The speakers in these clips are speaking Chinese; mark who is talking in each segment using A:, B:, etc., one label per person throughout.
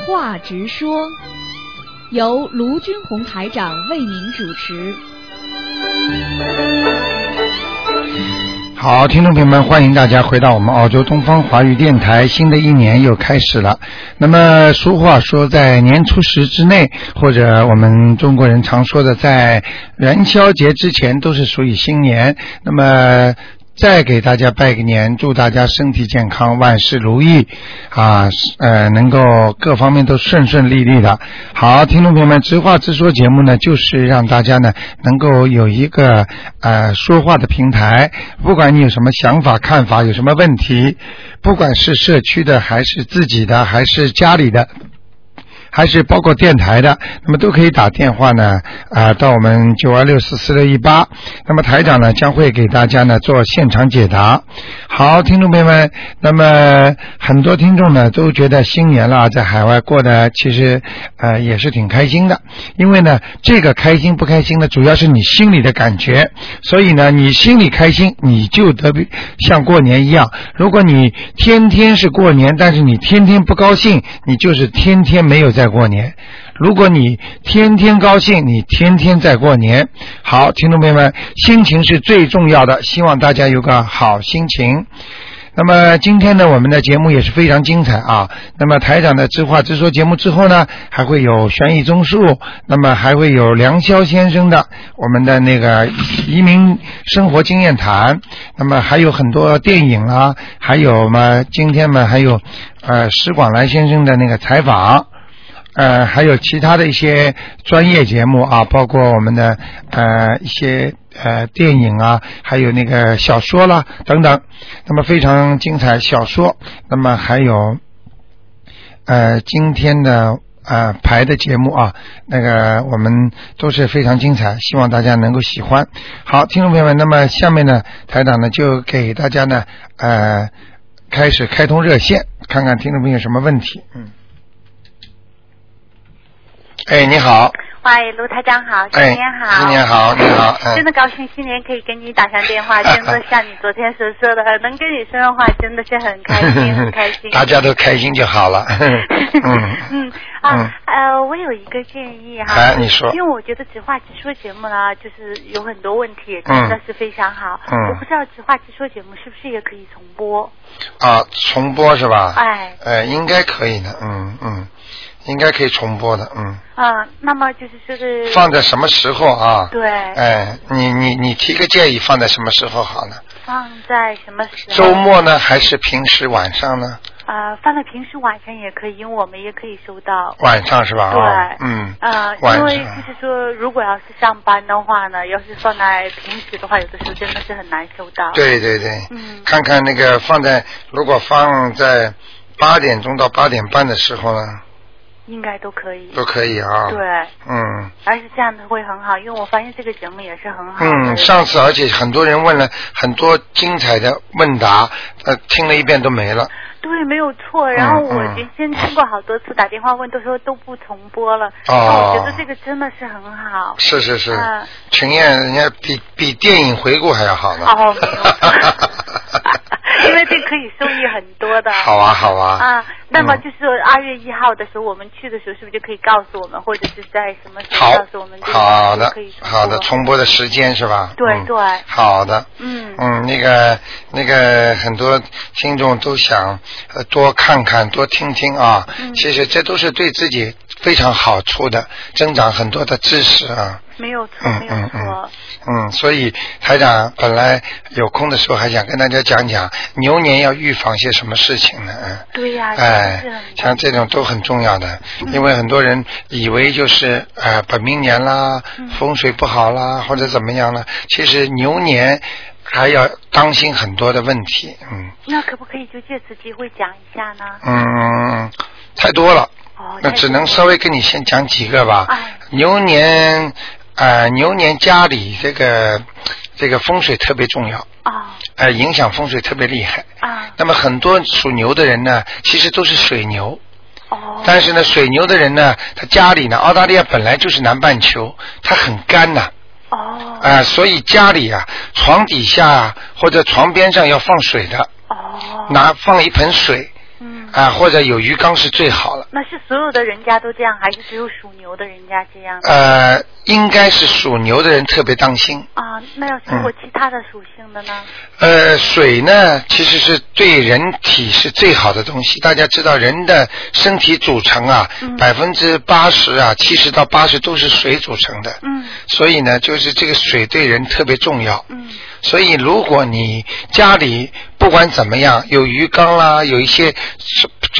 A: 话直说，由卢军红台长为您主持。
B: 好，听众朋友们，欢迎大家回到我们澳洲东方华语电台。新的一年又开始了。那么俗话说，在年初十之内，或者我们中国人常说的，在元宵节之前，都是属于新年。那么再给大家拜个年，祝大家身体健康，万事如意啊！呃，能够各方面都顺顺利利的。好，听众朋友们，直话直说节目呢，就是让大家呢能够有一个呃说话的平台，不管你有什么想法、看法，有什么问题，不管是社区的，还是自己的，还是家里的。还是包括电台的，那么都可以打电话呢啊、到我们九二六四四六一八，那么台长呢将会给大家呢做现场解答。好，听众朋友们，那么很多听众呢都觉得新年了，在海外过得其实呃也是挺开心的，因为呢这个开心不开心呢，主要是你心里的感觉，所以呢你心里开心，你就得比像过年一样。如果你天天是过年，但是你天天不高兴，你就是天天没有在过年。如果你天天高兴，你天天在过年。好，听众朋友们，心情是最重要的，希望大家有个好心情。那么今天呢，我们的节目也是非常精彩啊。那么台长的直话直说节目之后呢，还会有悬疑综述，那么还会有梁霄先生的我们的那个移民生活经验谈，那么还有很多电影啊，还有嘛，今天嘛还有呃石广来先生的那个采访。呃，还有其他的一些专业节目啊，包括我们的呃一些呃电影啊，还有那个小说啦等等，那么非常精彩小说，那么还有呃今天的呃排的节目啊，那个我们都是非常精彩，希望大家能够喜欢。好，听众朋友们，那么下面呢，台长呢就给大家呢呃开始开通热线，看看听众朋友有什么问题，嗯。哎，你好，
C: 喂，卢台长好，新
B: 哎，
C: 年好，嗯
B: 新年好，你好，哎。
C: 真的高兴新年可以跟你打上电话，真的像你昨天所说的，能跟你说的话，真的是很开心，很开心
B: 大家都开心就好 了。嗯，
C: 嗯啊呃，我有一个建议哈，
B: 哎你说
C: 因为我觉得直话直说节目呢，就是有很多问题，真的是非常好。
B: 嗯
C: 我不知道直话直说节目是不是也可以重播？
B: 啊，重播是吧？
C: 哎，
B: 哎，应该可以的，嗯嗯，应该可以重播的，嗯，
C: 啊，那么就是说是
B: 放在什么时候啊？
C: 嗯对
B: 哎，你你你提个建议，放在什么时候好呢？
C: 放在什么时候？
B: 周末呢，还是平时晚上呢？
C: 啊，放在平时晚上也可以，因为我们也可以收到。
B: 晚上是吧？啊
C: 对，
B: 嗯，
C: 呃，
B: 晚
C: 因为
B: 上
C: 就是说，如果要是上班的话呢，要是放在平时的话，有的时候真的是很难收到。，
B: 对对对，
C: 嗯，
B: 看看那个放在如果放在八点钟到八点半的时候呢，
C: 应该都可以。
B: 都可以啊。
C: 对，，
B: 嗯。
C: 而且这样子会很好，因为我发现这个节目也是很好的。
B: 嗯，上次而且很多人问了很多精彩的问答，呃，听了一遍都没了。
C: 对，没有错。然后我
B: 嗯
C: 原先听过好多次，打电话问，都说都不重播了。哎
B: 哦
C: 那我觉得这个真的是很好。
B: 是是是，
C: 嗯
B: 群演人家比比电影回顾还要好呢。
C: 哦，没有错， 因为这可以收益很多的。
B: 好啊好啊。
C: 啊，那么
B: 嗯
C: 就是二月一号的时候，我们去的时候，是不是就可以告诉我们，或者是在什么时候
B: 好
C: 告诉我们？这个
B: 好的
C: 可以重播
B: 好的，重播的时间是吧？
C: 对
B: 嗯
C: 对
B: 好的。
C: 嗯
B: 嗯，那个那个，很多听众都想呃多看看、多听听啊。
C: 嗯
B: 其实这都是对自己非常好处的，增长很多的知识啊。
C: 没有错，
B: 嗯
C: 没有
B: 嗯
C: 错
B: 嗯，嗯，所以台长本来有空的时候还想跟大家讲讲牛年要预防些什么事情呢？嗯。
C: 对呀，
B: 哎
C: 真啊的是，嗯很
B: 像这种都很重要的，因为很多人以为就是呃本命年啦
C: 嗯，
B: 风水不好啦，或者怎么样啦，其实牛年还要当心很多的问题，嗯
C: 那可不可以就借此机会讲一下呢？
B: 嗯，太多了，
C: 哦，
B: 那
C: 太
B: 只能
C: 多
B: 稍微跟你先讲几个吧。
C: 哎
B: 牛年，呃，牛年家里这个这个风水特别重要，
C: 啊
B: 呃，影响风水特别厉害。
C: 啊
B: 那么很多属牛的人呢，其实都是水牛，
C: 哦，
B: 但是呢，水牛的人呢，他家里呢，澳大利亚本来就是南半球，它很干呐、啊，
C: 哦
B: 所以家里啊，床底下啊或者床边上要放水的，
C: 哦，
B: 拿放一盆水，
C: 嗯
B: 啊，或者有鱼缸是最好了。
C: 那是所有的人家都这样，还是只有属牛的人家这样？
B: 呃，应该是属牛的人特别当心。
C: 啊，那
B: 嗯
C: 要是我其他的属性的呢？
B: 呃，水呢，其实是对人体是最好的东西。大家知道，人的身体组成啊，百分之八十啊，七十到八十都是水组成的。
C: 嗯
B: 所以呢，就是这个水对人特别重要。
C: 嗯
B: 所以，如果你家里不管怎么样，有鱼缸啦，有一些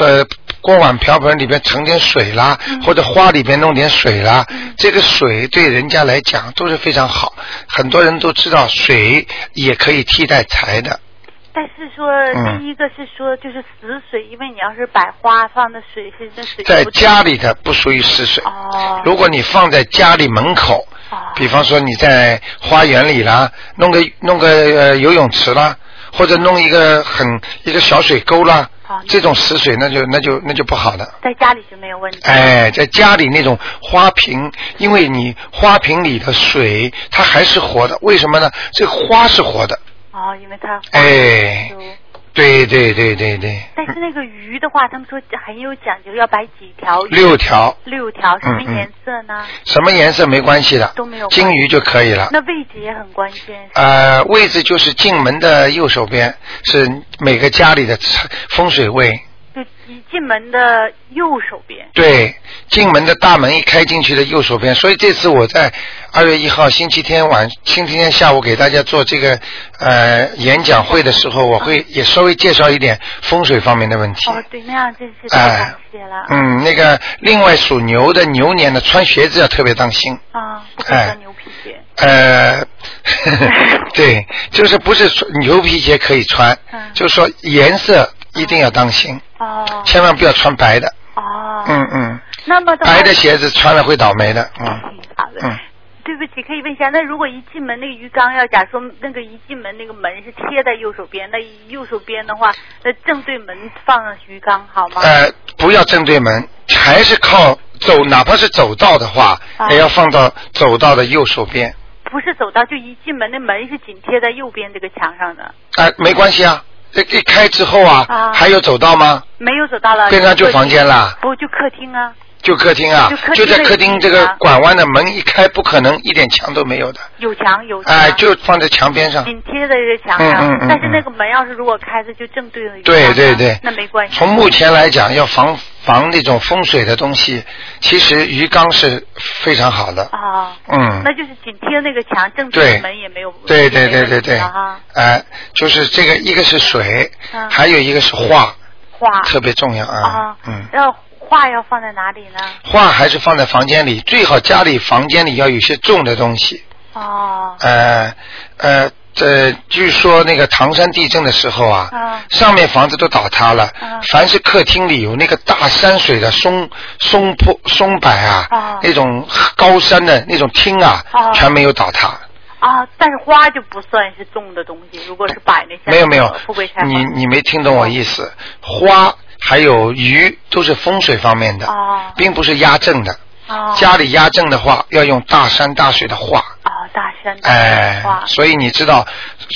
B: 呃锅碗瓢盆里边盛点水啦，或者花里边弄点水啦，这个水对人家来讲都是非常好。很多人都知道，水也可以替代财的。
C: 但是说，
B: 嗯
C: 第一个是说就是死水，因为你要是摆花放的水是那水
B: 在
C: 不进
B: 家里的不属于湿水，
C: 哦，
B: 如果你放在家里门口，
C: 哦
B: 比方说你在花园里啦，弄个弄个呃游泳池啦，或者弄一个很一个小水沟啦
C: 好，
B: 这种死水那就那就那就不好的。
C: 在家里就没有问题。
B: 哎，在家里那种花瓶，因为你花瓶里的水它还是活的，为什么呢？这个花是活的。
C: 哦，因为它花
B: 哎
C: 就
B: 对对对对对，
C: 但是那个鱼的话，他们说很有讲究，要摆几条鱼？
B: 六条，
C: 六条，什么
B: 嗯嗯
C: 颜色呢？
B: 什么颜色没关系的
C: 都没有，关系
B: 金鱼就可以了。
C: 那位置也很关键。
B: 呃，位置就是进门的右手边，是每个家里的风水位。
C: 就一进门的右手边。
B: 对，进门的大门一开进去的右手边，所以这次我在二月一号星期天晚星期天下午给大家做这个呃演讲会的时候，我会也稍微介绍一点风水方面的问题。
C: 哦，对，那样真是太感谢了。
B: 嗯，那个另外属牛的牛年的穿鞋子要特别当心。
C: 啊，不
B: 哎
C: 可以穿牛皮鞋。
B: 呃， 对，就是不是说牛皮鞋可以穿，
C: 嗯
B: 就是说颜色一定要当心，
C: 哦
B: 千万不要穿白的。
C: 哦。
B: 嗯嗯，
C: 那么的话
B: 白的鞋子穿了会倒霉的。嗯
C: 好的。
B: 嗯，
C: 对不起，可以问一下，那如果一进门那个鱼缸要，假如说那个一进门那个门是贴在右手边，那右手边的话，那正对门放鱼缸好吗？
B: 呃，不要正对门，还是靠走，哪怕是走道的话，
C: 啊
B: 也要放到走道的右手边。
C: 不是走道，就一进门那门是紧贴在右边这个墙上的，
B: 啊、没关系啊，一一开之后啊，
C: 啊
B: 还有走道吗？
C: 没有走道了。
B: 边上就房间啦。
C: 不就客厅啊？
B: 就客厅啊
C: 就客，厅
B: 就在客厅这个
C: 的
B: 拐弯的门一开，不可能一点墙都没有的。
C: 有墙有墙。
B: 哎，就放在墙边上。
C: 紧贴在这墙上，
B: 嗯嗯嗯嗯
C: 但是那个门要是如果开着，就正对着鱼缸
B: 对
C: 啊
B: 对对，
C: 那没关系。
B: 从目前来讲，要防防那种风水的东西，其实鱼缸是非常好的。
C: 啊，
B: 嗯
C: 那，就是紧贴那个墙，正对着门也没有。
B: 对
C: 也
B: 对
C: 没
B: 对
C: 问
B: 对
C: 题
B: 对
C: 了哈，，
B: 哎，就是这个，一个是水，
C: 嗯
B: 还有一个是画，
C: 画
B: 特别重要啊
C: 啊。，
B: 嗯，
C: 要画要放在哪里呢？
B: 画还是放在房间里，最好家里房间里要有些重的东西。
C: 哦，
B: 呃呃，这据说那个唐山地震的时候啊，
C: 啊
B: 上面房子都倒塌了，
C: 啊
B: 凡是客厅里有那个大山水的松松坡松柏啊，
C: 啊
B: 那种高山的那种厅啊，
C: 啊
B: 全没有倒塌。
C: 啊，但是花就不算是种的东西，如果是摆那些
B: 没有没有
C: 富贵开花
B: 你你没听懂我意思，花还有鱼都是风水方面的，
C: 哦
B: 并不是压正的。
C: 哦
B: 家里压正的话，要用大山大水的画。
C: 哦大山大
B: 哎
C: 水花，
B: 所以你知道，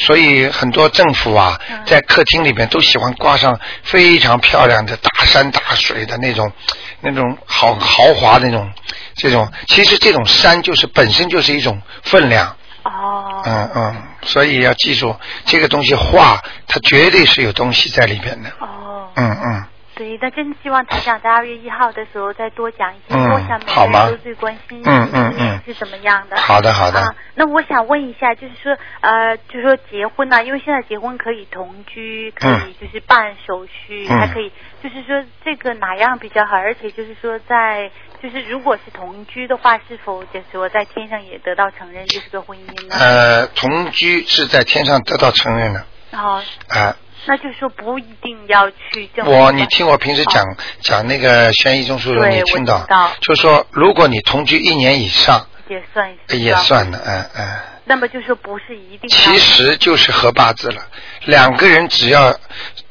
B: 所以很多政府啊，
C: 嗯
B: 在客厅里面都喜欢挂上非常漂亮的大山大水的那种、那种好豪华的那种这种。其实这种山就是本身就是一种分量，
C: 哦
B: 嗯嗯，所以要记住这个东西画，它绝对是有东西在里面的，
C: 哦。
B: 嗯嗯。
C: 对，那真希望台长在二月一号的时候再多讲一些，
B: 嗯
C: 因为我想每
B: 好
C: 个
B: 吗
C: 人都最关心
B: 嗯嗯嗯
C: 是怎么样的。
B: 好的好的
C: 啊，那我想问一下，就是说呃，就是说结婚呢、因为现在结婚可以同居，可以就是办手续，
B: 嗯
C: 还可以，就是说这个哪样比较好？而且就是说在。就是如果是同居的话，是否就是说在天上也得到承认这是个婚姻呢？
B: 呃，同居是在天上得到承认的
C: 哦，
B: 啊、
C: 那就是说不一定要去证
B: 我
C: 婚
B: 你
C: 吧
B: 听我平时讲、讲那个悬疑综述的时候，
C: 对
B: 你
C: 我
B: 听
C: 知道
B: 就说如果你同居一年以上，
C: 也算是
B: 也
C: 吧
B: 算的，嗯嗯，
C: 那么就是不是一定要
B: 其实就是合八字了。两个人只要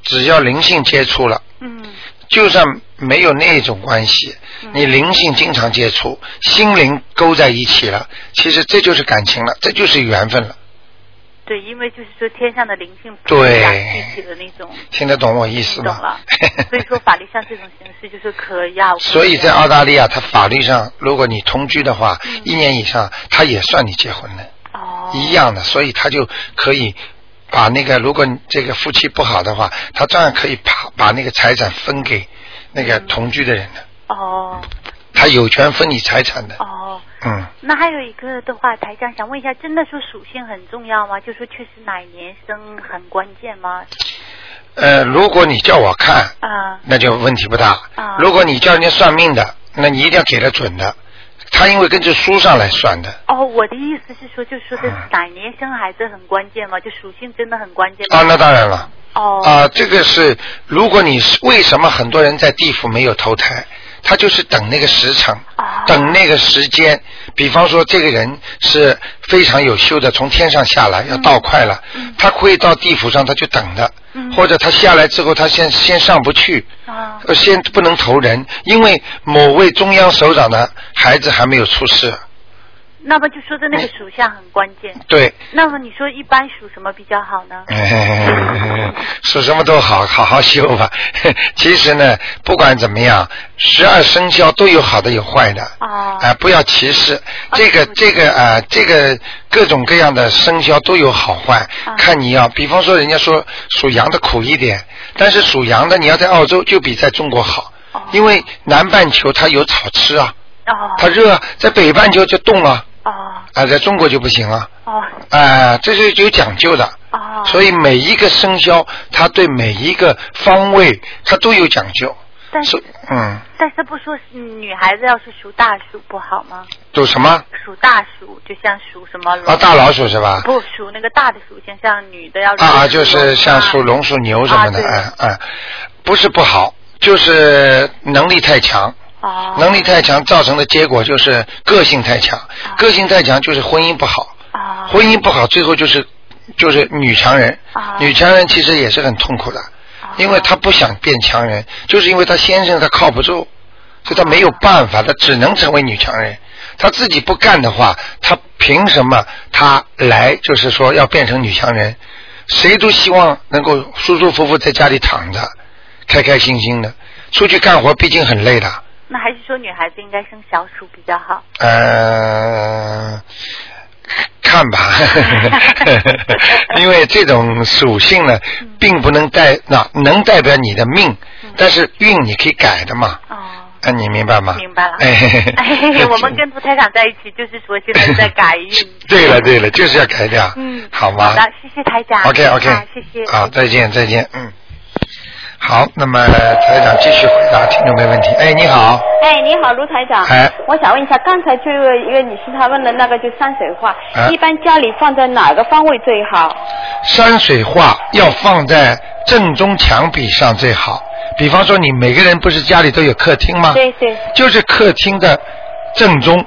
B: 只要灵性接触了，
C: 嗯
B: 就算没有那种关系，你灵性经常接触，心灵勾在一起了，其实这就是感情了，这就是缘分了。
C: 对，因为就是说天上的灵性不
B: 对
C: 是像具体的那种，
B: 听得懂我意思
C: 懂
B: 吗？
C: 了。所以说法律上这种形式就是可以啊。我
B: 所以在澳大利亚，它法律上，如果你同居的话，
C: 嗯
B: 一年以上，它也算你结婚了，
C: 哦，
B: 一样的，所以它就可以把那个，如果你这个夫妻不好的话，他照样可以把把那个财产分给那个
C: 嗯
B: 同居的人的，
C: 哦
B: 他有权分你财产的，
C: 哦。
B: 嗯，
C: 那还有一个的话，台长想问一下，真的说属性很重要吗？就说确实哪一年生很关键吗？
B: 呃，如果你叫我看，
C: 啊、
B: 那就问题不大
C: 啊。
B: 如果你叫人家算命的，那你一定要给他准的，他因为根据书上来算的。
C: 哦，我的意思是说，就说的
B: 嗯
C: 哪一年生孩子很关键吗？就属性真的很关键吗？
B: 啊，那当然了。
C: 哦，
B: 啊，这个是，如果你是为什么很多人在地府没有投胎，他就是等那个时辰，
C: 啊
B: 等那个时间。比方说，这个人是非常有修的，从天上下来要到快了，他可以到地府上，他就等的。
C: 嗯
B: 或者他下来之后，他先先上不去，
C: 啊
B: 呃，先不能投人，因为某位中央首长的孩子还没有出世。
C: 那么就说的那个属相很关键。
B: 对，
C: 那么你说一般属什么比较好呢？
B: 哎说什么都好，好好修吧。 其实呢，不管怎么样，十二生肖都有好的有坏的。
C: 哦
B: 啊、不要歧视
C: 啊
B: 这个
C: 对不起
B: 这个啊、这个各种各样的生肖都有好坏，
C: 啊
B: 看你要。比方说，人家说属羊的苦一点，但是属羊的你要在澳洲就比在中国好，
C: 哦
B: 因为南半球它有草吃啊，
C: 哦
B: 它热啊，在北半球就冻啊，
C: 哦
B: 啊、在中国就不行啊，
C: 哦
B: 啊、这是有讲究的。
C: 哦，
B: 所以每一个生肖，它对每一个方位，它都有讲究。
C: 但
B: 所
C: 是
B: 嗯，
C: 但是不说女孩子要是属大属不好吗？
B: 有什么
C: 属大属就像属什么龙
B: 啊？大老鼠是吧？
C: 不属那个大的属性，像女的要
B: 啊啊，就是像属龙、属牛什么的，
C: 嗯啊
B: 嗯嗯，不是不好，就是能力太强，
C: 啊，哦
B: 能力太强造成的结果就是个性太强，个性太强就是婚姻不好，
C: 啊
B: 婚姻不好最后就是就是女强人
C: 啊，
B: 女强人其实也是很痛苦的。
C: 哦
B: 因为他不想变强人，就是因为他先生他靠不住，所以他没有办法，他只能成为女强人。他自己不干的话，他凭什么他来就是说要变成女强人？谁都希望能够舒舒服服在家里躺着，开开心心的。出去干活毕竟很累的，
C: 那还是说女孩子应该生小鼠比较好。
B: 呃，看吧， 因为这种属性呢，
C: 嗯
B: 并不能代那能代表你的命，但是运你可以改的嘛，
C: 哦，
B: 啊，你明白吗？
C: 明白了。
B: 哎嘿嘿嘿。
C: 哎， 我们跟卢台长在一起，就是说现在在改运
B: 对了对了，就是要改掉，
C: 嗯，
B: 好吗？
C: 的，谢谢台长。
B: OK OK，
C: 啊谢谢。
B: 好，再见再见，嗯。好，那么台长继续回答听众没问题。哎，你好，
D: 哎，你好，卢台长。
C: 啊
B: 哎
D: 我想问一下，刚才这位一位女士她问的那个就山水画，
B: 哎
D: 一般家里放在哪个方位最好？
B: 山水画要放在正中墙壁上最好。比方说，你每个人不是家里都有客厅吗？
D: 对对，
B: 就是客厅的正中，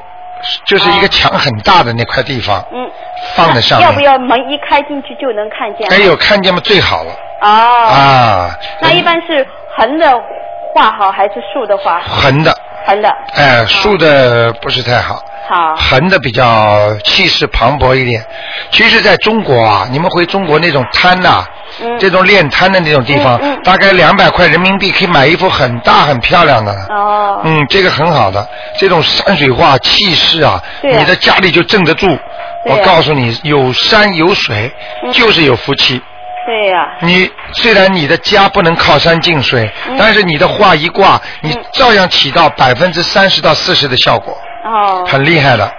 B: 就是一个墙很大的那块地方，
D: 哦嗯，
B: 放在上面。
D: 要不要门一开进去就能看见？
B: 哎呦，看见吗？最好了、
D: 哦，
B: 啊！
D: 那一般是横的画好还是竖的画？
B: 横的，
D: 横的，
B: 哎、竖的不是太好，
D: 好，
B: 横的比较气势磅礴一点。其实，在中国啊，你们回中国那种摊呐、
D: 嗯
B: 这种练摊的那种地方，
D: 嗯嗯
B: 大概两百块人民币可以买一幅很大很漂亮的。
D: 哦，
B: 嗯，这个很好的，这种山水画气势啊，
D: 对啊
B: 你的家里就镇得住。
D: 对
B: 我
D: 啊
B: 告诉你，有山有水，
D: 嗯
B: 就是有福气。
D: 对呀、
B: 你虽然你的家不能靠山近水，
D: 嗯
B: 但是你的画一挂，你照样起到百分之三十到四十的效果，
D: 哦，
B: 很厉害的。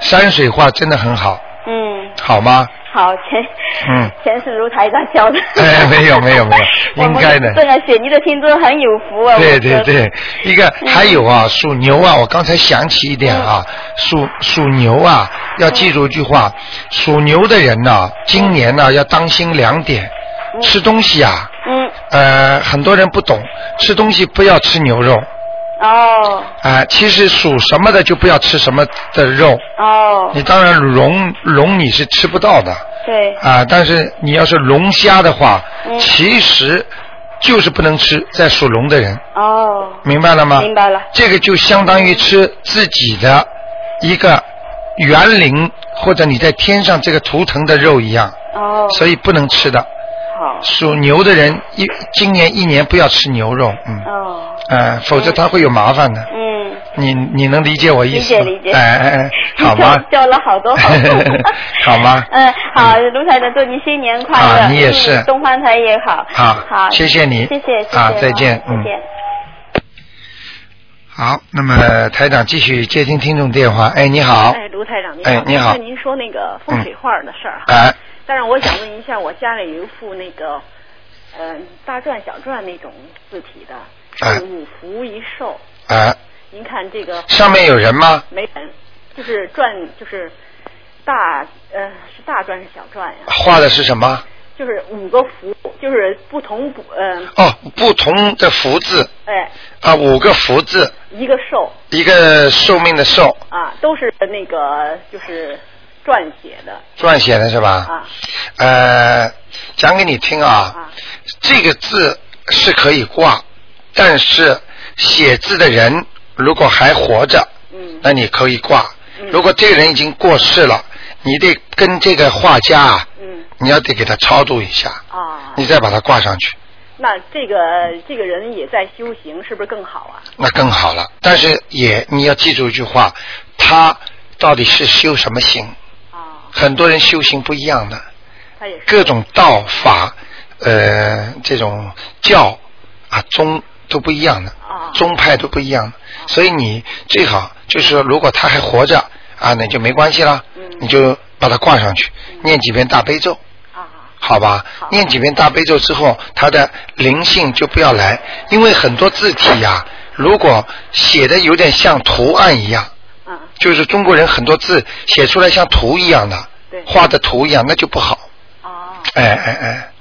B: 山水画真的很好，
D: 嗯，
B: 好吗？
D: 好，前
B: 嗯
D: 前是卢台长教的。
B: 哎没有没有没有 应该的
D: 我们这个雪泥的听众很有福啊。
B: 对
D: 我觉
B: 对
D: 得
B: 对，一个还有啊，属牛啊，我刚才想起一点啊，
D: 嗯
B: 属属牛啊，要记住一句话，属牛的人呢、今年呢、要当心两点，吃东西啊，
D: 嗯，
B: 呃，很多人不懂，吃东西不要吃牛肉
D: 哦
B: 啊、其实属什么的就不要吃什么的肉，
D: 哦，
B: 你当然龙龙你是吃不到的
D: 对，
B: 啊、但是你要是龙虾的话，
D: 嗯
B: 其实就是不能吃，在属龙的人。
D: 哦，
B: 明白了吗？
D: 明白了
B: 这个就相当于吃自己的一个园林或者你在天上这个图腾的肉一样，
D: 哦，
B: 所以不能吃的。
D: 好，
B: 属牛的人一今年一年不要吃牛肉，嗯，
D: 哦，
B: 呃，否则他会有麻烦的。
D: 嗯，
B: 你你能理解我意思吗？
D: 理解理解
B: 哎哎哎，
D: ？
B: 好 吗，
D: 教了好多好处
B: 好吗
D: 嗯，好，卢台长，祝你新年快乐。
B: 啊你也是
D: 嗯东方台也好。
B: 好
D: 好，
B: 谢谢你
D: 谢谢，谢谢
B: 啊再见
D: 好再见。
B: 好，那么台长继续接听听众电话。哎，你好，
E: 哎，卢台长，您
B: 哎你好
E: 就您说那个风水画的事儿哈。
B: 哎，
E: 但是我想问一下，我家里有一幅那个，呃，大篆小篆那种字体的，
B: 哎
E: 是五福一寿。
B: 哎，
E: 您看这个
B: 上面有人吗？
E: 没人，就是篆，就是大呃是大篆是小篆呀、
B: 画的是什么？
E: 就是五个福，就是不同不呃
B: 哦，不同的福字
E: 哎
B: 啊，五个福字，
E: 一个寿
B: 一个寿命的寿，
E: 啊，都是那个就是篆写的
B: 撰写的是吧？
E: 啊
B: 呃，讲给你听啊
E: 啊，
B: 这个字是可以挂，但是写字的人如果还活着，
E: 嗯
B: 那你可以挂；
E: 嗯
B: 如果这个人已经过世了，你得跟这个画家啊，
E: 嗯
B: 你要得给他超度一下，
E: 啊。
B: 你再把它挂上去，
E: 那这个这个人也在修行，是不是更好啊？
B: 那更好了。但是也你要记住一句话，他到底是修什么行？
E: 啊，
B: 很多人修行不一样的。
E: 他也是
B: 各种道法，呃，这种教啊宗都不一样的
E: 啊，
B: 宗派都不一样的，所以你最好就是说，如果他还活着啊，那就没关系啦
E: 嗯，
B: 你就把它挂上去，念几遍大悲咒。
E: 啊，
B: 好吧，
E: 好
B: 念几遍大悲咒之后，他的灵性就不要来，因为很多字体呀、如果写的有点像图案一样，
E: 嗯，
B: 就是中国人很多字写出来像图一样的
E: 对，
B: 画的图一样，那就不好。
E: 啊，
B: 哎哎哎，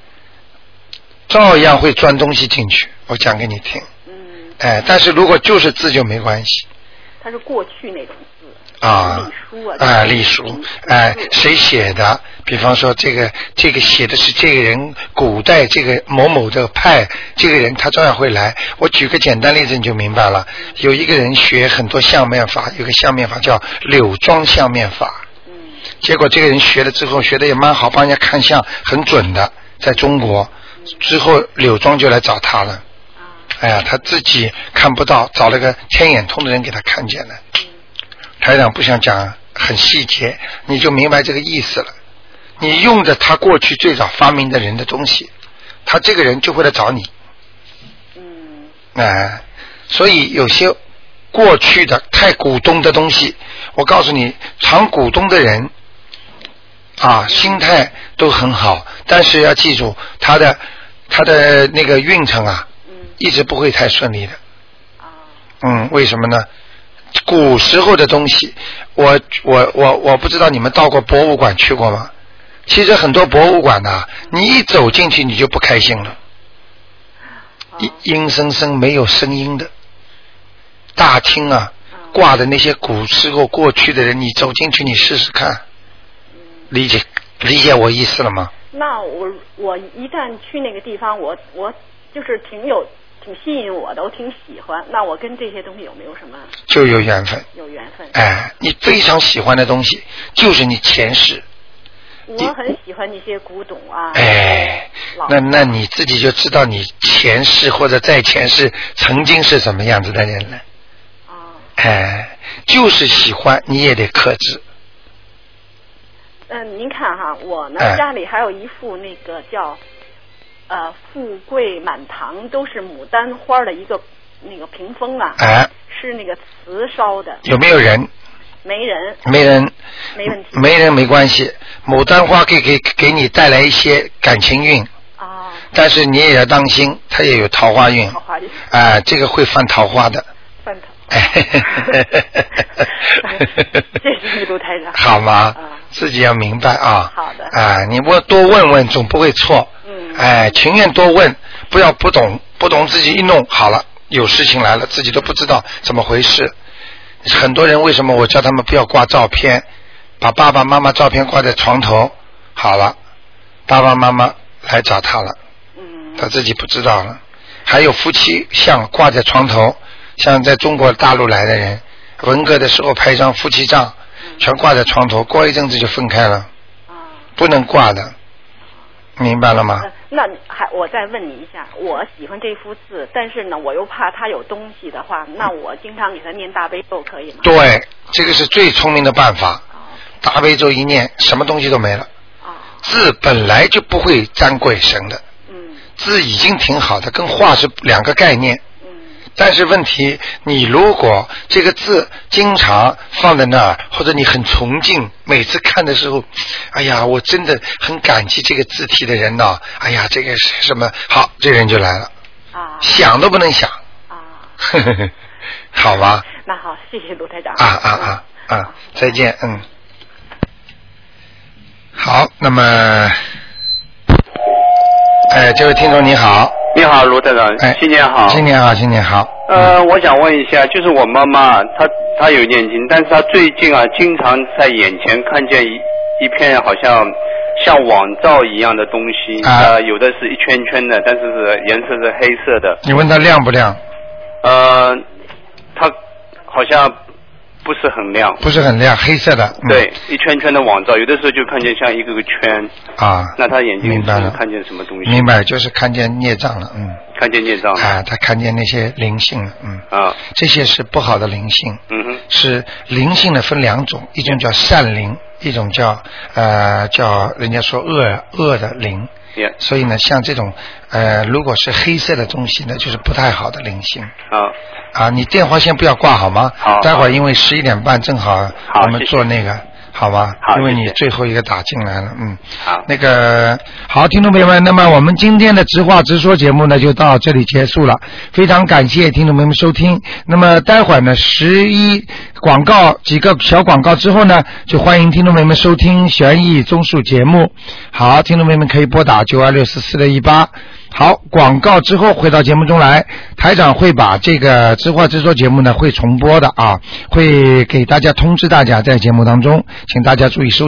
B: 照样会钻东西进去。我讲给你听，
E: 嗯，
B: 哎，但是如果就是字就没关系
E: 他是过去那种字
B: 啊
E: 隶书啊，
B: 啊，隶书，哎
E: 隶，书
B: 谁写的？比方说这个这个写的是这个人古代这个某某的派，这个人他照样会来。我举个简单例子你就明白了。有一个人学很多相面法，有个相面法叫柳庄相面法。
E: 嗯
B: 结果这个人学了之后，学的也蛮好，帮人家看相很准的，在中国。之后柳庄就来找他了，
E: 啊，
B: 哎呀，他自己看不到，找了个天眼通的人给他看见了。台长不想讲很细节，你就明白这个意思了。你用着他过去最早发明的人的东西，他这个人就会来找你。
E: 嗯
B: 哎、所以有些过去的太股东的东西，我告诉你，常股东的人啊，心态都很好，但是要记住他的他的那个运程啊，
E: 嗯
B: 一直不会太顺利的。
E: 啊，
B: 嗯，为什么呢？古时候的东西，我我我我不知道你们到过博物馆去过吗？其实很多博物馆呐、你一走进去你就不开心了。
E: 哦啊
B: 阴阴森森没有声音的大厅啊，挂的那些古时候过去的人，你走进去你试试看，理解理解我意思了吗？
E: 嗯那我我一旦去那个地方，我我就是挺有挺吸引我的，我挺喜欢。那我跟这些东西有没有什么
B: 就有缘分，
E: 有缘分？
B: 哎，你非常喜欢的东西，就是你前世，
E: 我很喜欢那些古董啊，
B: 哎，
E: 老
B: 那那你自己就知道你前世或者在前世曾经是什么样子的人了，
E: 啊，
B: 哎，就是喜欢你也得克制，
E: 嗯，您看哈，我呢
B: 哎
E: 家里还有一副那个叫呃“富贵满堂”，都是牡丹花的一个那个屏风啊，
B: 哎，
E: 是那个瓷烧的，
B: 有没有人？
E: 没人，
B: 没人，
E: 没问题
B: 没人没关系。牡丹花可以给给你带来一些感情运，
E: 啊，
B: 但是你也要当心，它也有桃花运，
E: 桃花运
B: 哎，这个会犯桃花的。。
E: 翻腾
B: 哎
E: 这是卢台 长。
B: 好吗
E: 啊？
B: 自己要明白啊。
E: 好的
B: 啊，你问多问问，总不会错。
E: 嗯
B: 哎，情愿多问，不要不懂，不懂自己一弄好了，有事情来了，自己都不知道怎么回事。很多人为什么我叫他们不要挂照片，把爸爸妈妈照片挂在床头，好了，爸爸妈妈来找他了。
E: 嗯
B: 他自己不知道了。还有夫妻像挂在床头，像在中国大陆来的人，文革的时候拍一张夫妻照，全挂在床头，过一阵子就分开了，
E: 啊，
B: 不能挂的。明白了吗？
E: 呃那还我再问你一下，我喜欢这幅字，但是呢，我又怕它有东西的话，那我经常给它念大悲咒可以吗？
B: 对，这个是最聪明的办法。大悲咒一念，什么东西都没了。
E: 啊，
B: 字本来就不会沾鬼神的，
E: 嗯
B: 字已经挺好的，跟画是两个概念。
E: 嗯
B: 但是问题，你如果这个字经常放在那儿，或者你很崇敬，每次看的时候，哎呀，我真的很感激这个字体的人呐、哎呀，这个是什么？好，这人就来了，
E: 啊
B: 想都不能想，
E: 啊，
B: 呵呵呵好吧？
E: 那好，谢谢卢台长。
B: 啊啊啊啊！再见，嗯。好，那么，哎，这位听众你好，
F: 你好，卢台长，
B: 哎，
F: 新年好。
B: 新年好，新年好。
F: 呃，我想问一下，就是我妈妈，她她有念经，但是她最近啊，经常在眼前看见一一片好像像网罩一样的东西，
B: 啊
F: 呃，有的是一圈圈的，但是是颜色是黑色的，
B: 你问他亮不亮？
F: 呃，它好像不是很亮。
B: 不是很亮，黑色的。嗯、
F: 对，一圈圈的网罩，有的时候就看见像一个个圈。
B: 啊，
F: 那她眼睛
B: 明白了
F: 是看见什么哦东西？
B: 明白，就是看见孽障了，嗯，
F: 看见孽障。
B: 啊，他看见那些灵性了，嗯，
F: 啊，
B: 这些是不好的灵性，
F: 嗯哼，
B: 是灵性的分两种，一种叫善灵，一种叫呃叫人家说恶恶的灵。
F: 也
B: 所以呢，像这种呃，如果是黑色的东西呢，就是不太好的灵性
F: 啊，
B: 啊。你电话先不要挂好吗？
F: 好
B: 待会儿因为十一点半正好
F: 好
B: 我们
F: 谢谢
B: 做那个，好吗？
F: 好
B: 因为
F: 谢
B: 你
F: 谢
B: 最后一个打进来了，嗯。
F: 好。
B: 那个好，听众朋友们，那么我们今天的直话直说节目呢就到这里结束了，非常感谢听众朋友们收听。那么待会儿呢，十一广告几个小广告之后呢，就欢迎听众朋友们收听悬疑综述节目。好，听众朋友们可以拨打九二六四四六一八。好，广告之后回到节目中来，台长会把这个直话直说节目呢会重播的啊，会给大家通知大家在节目当中，请大家注意收。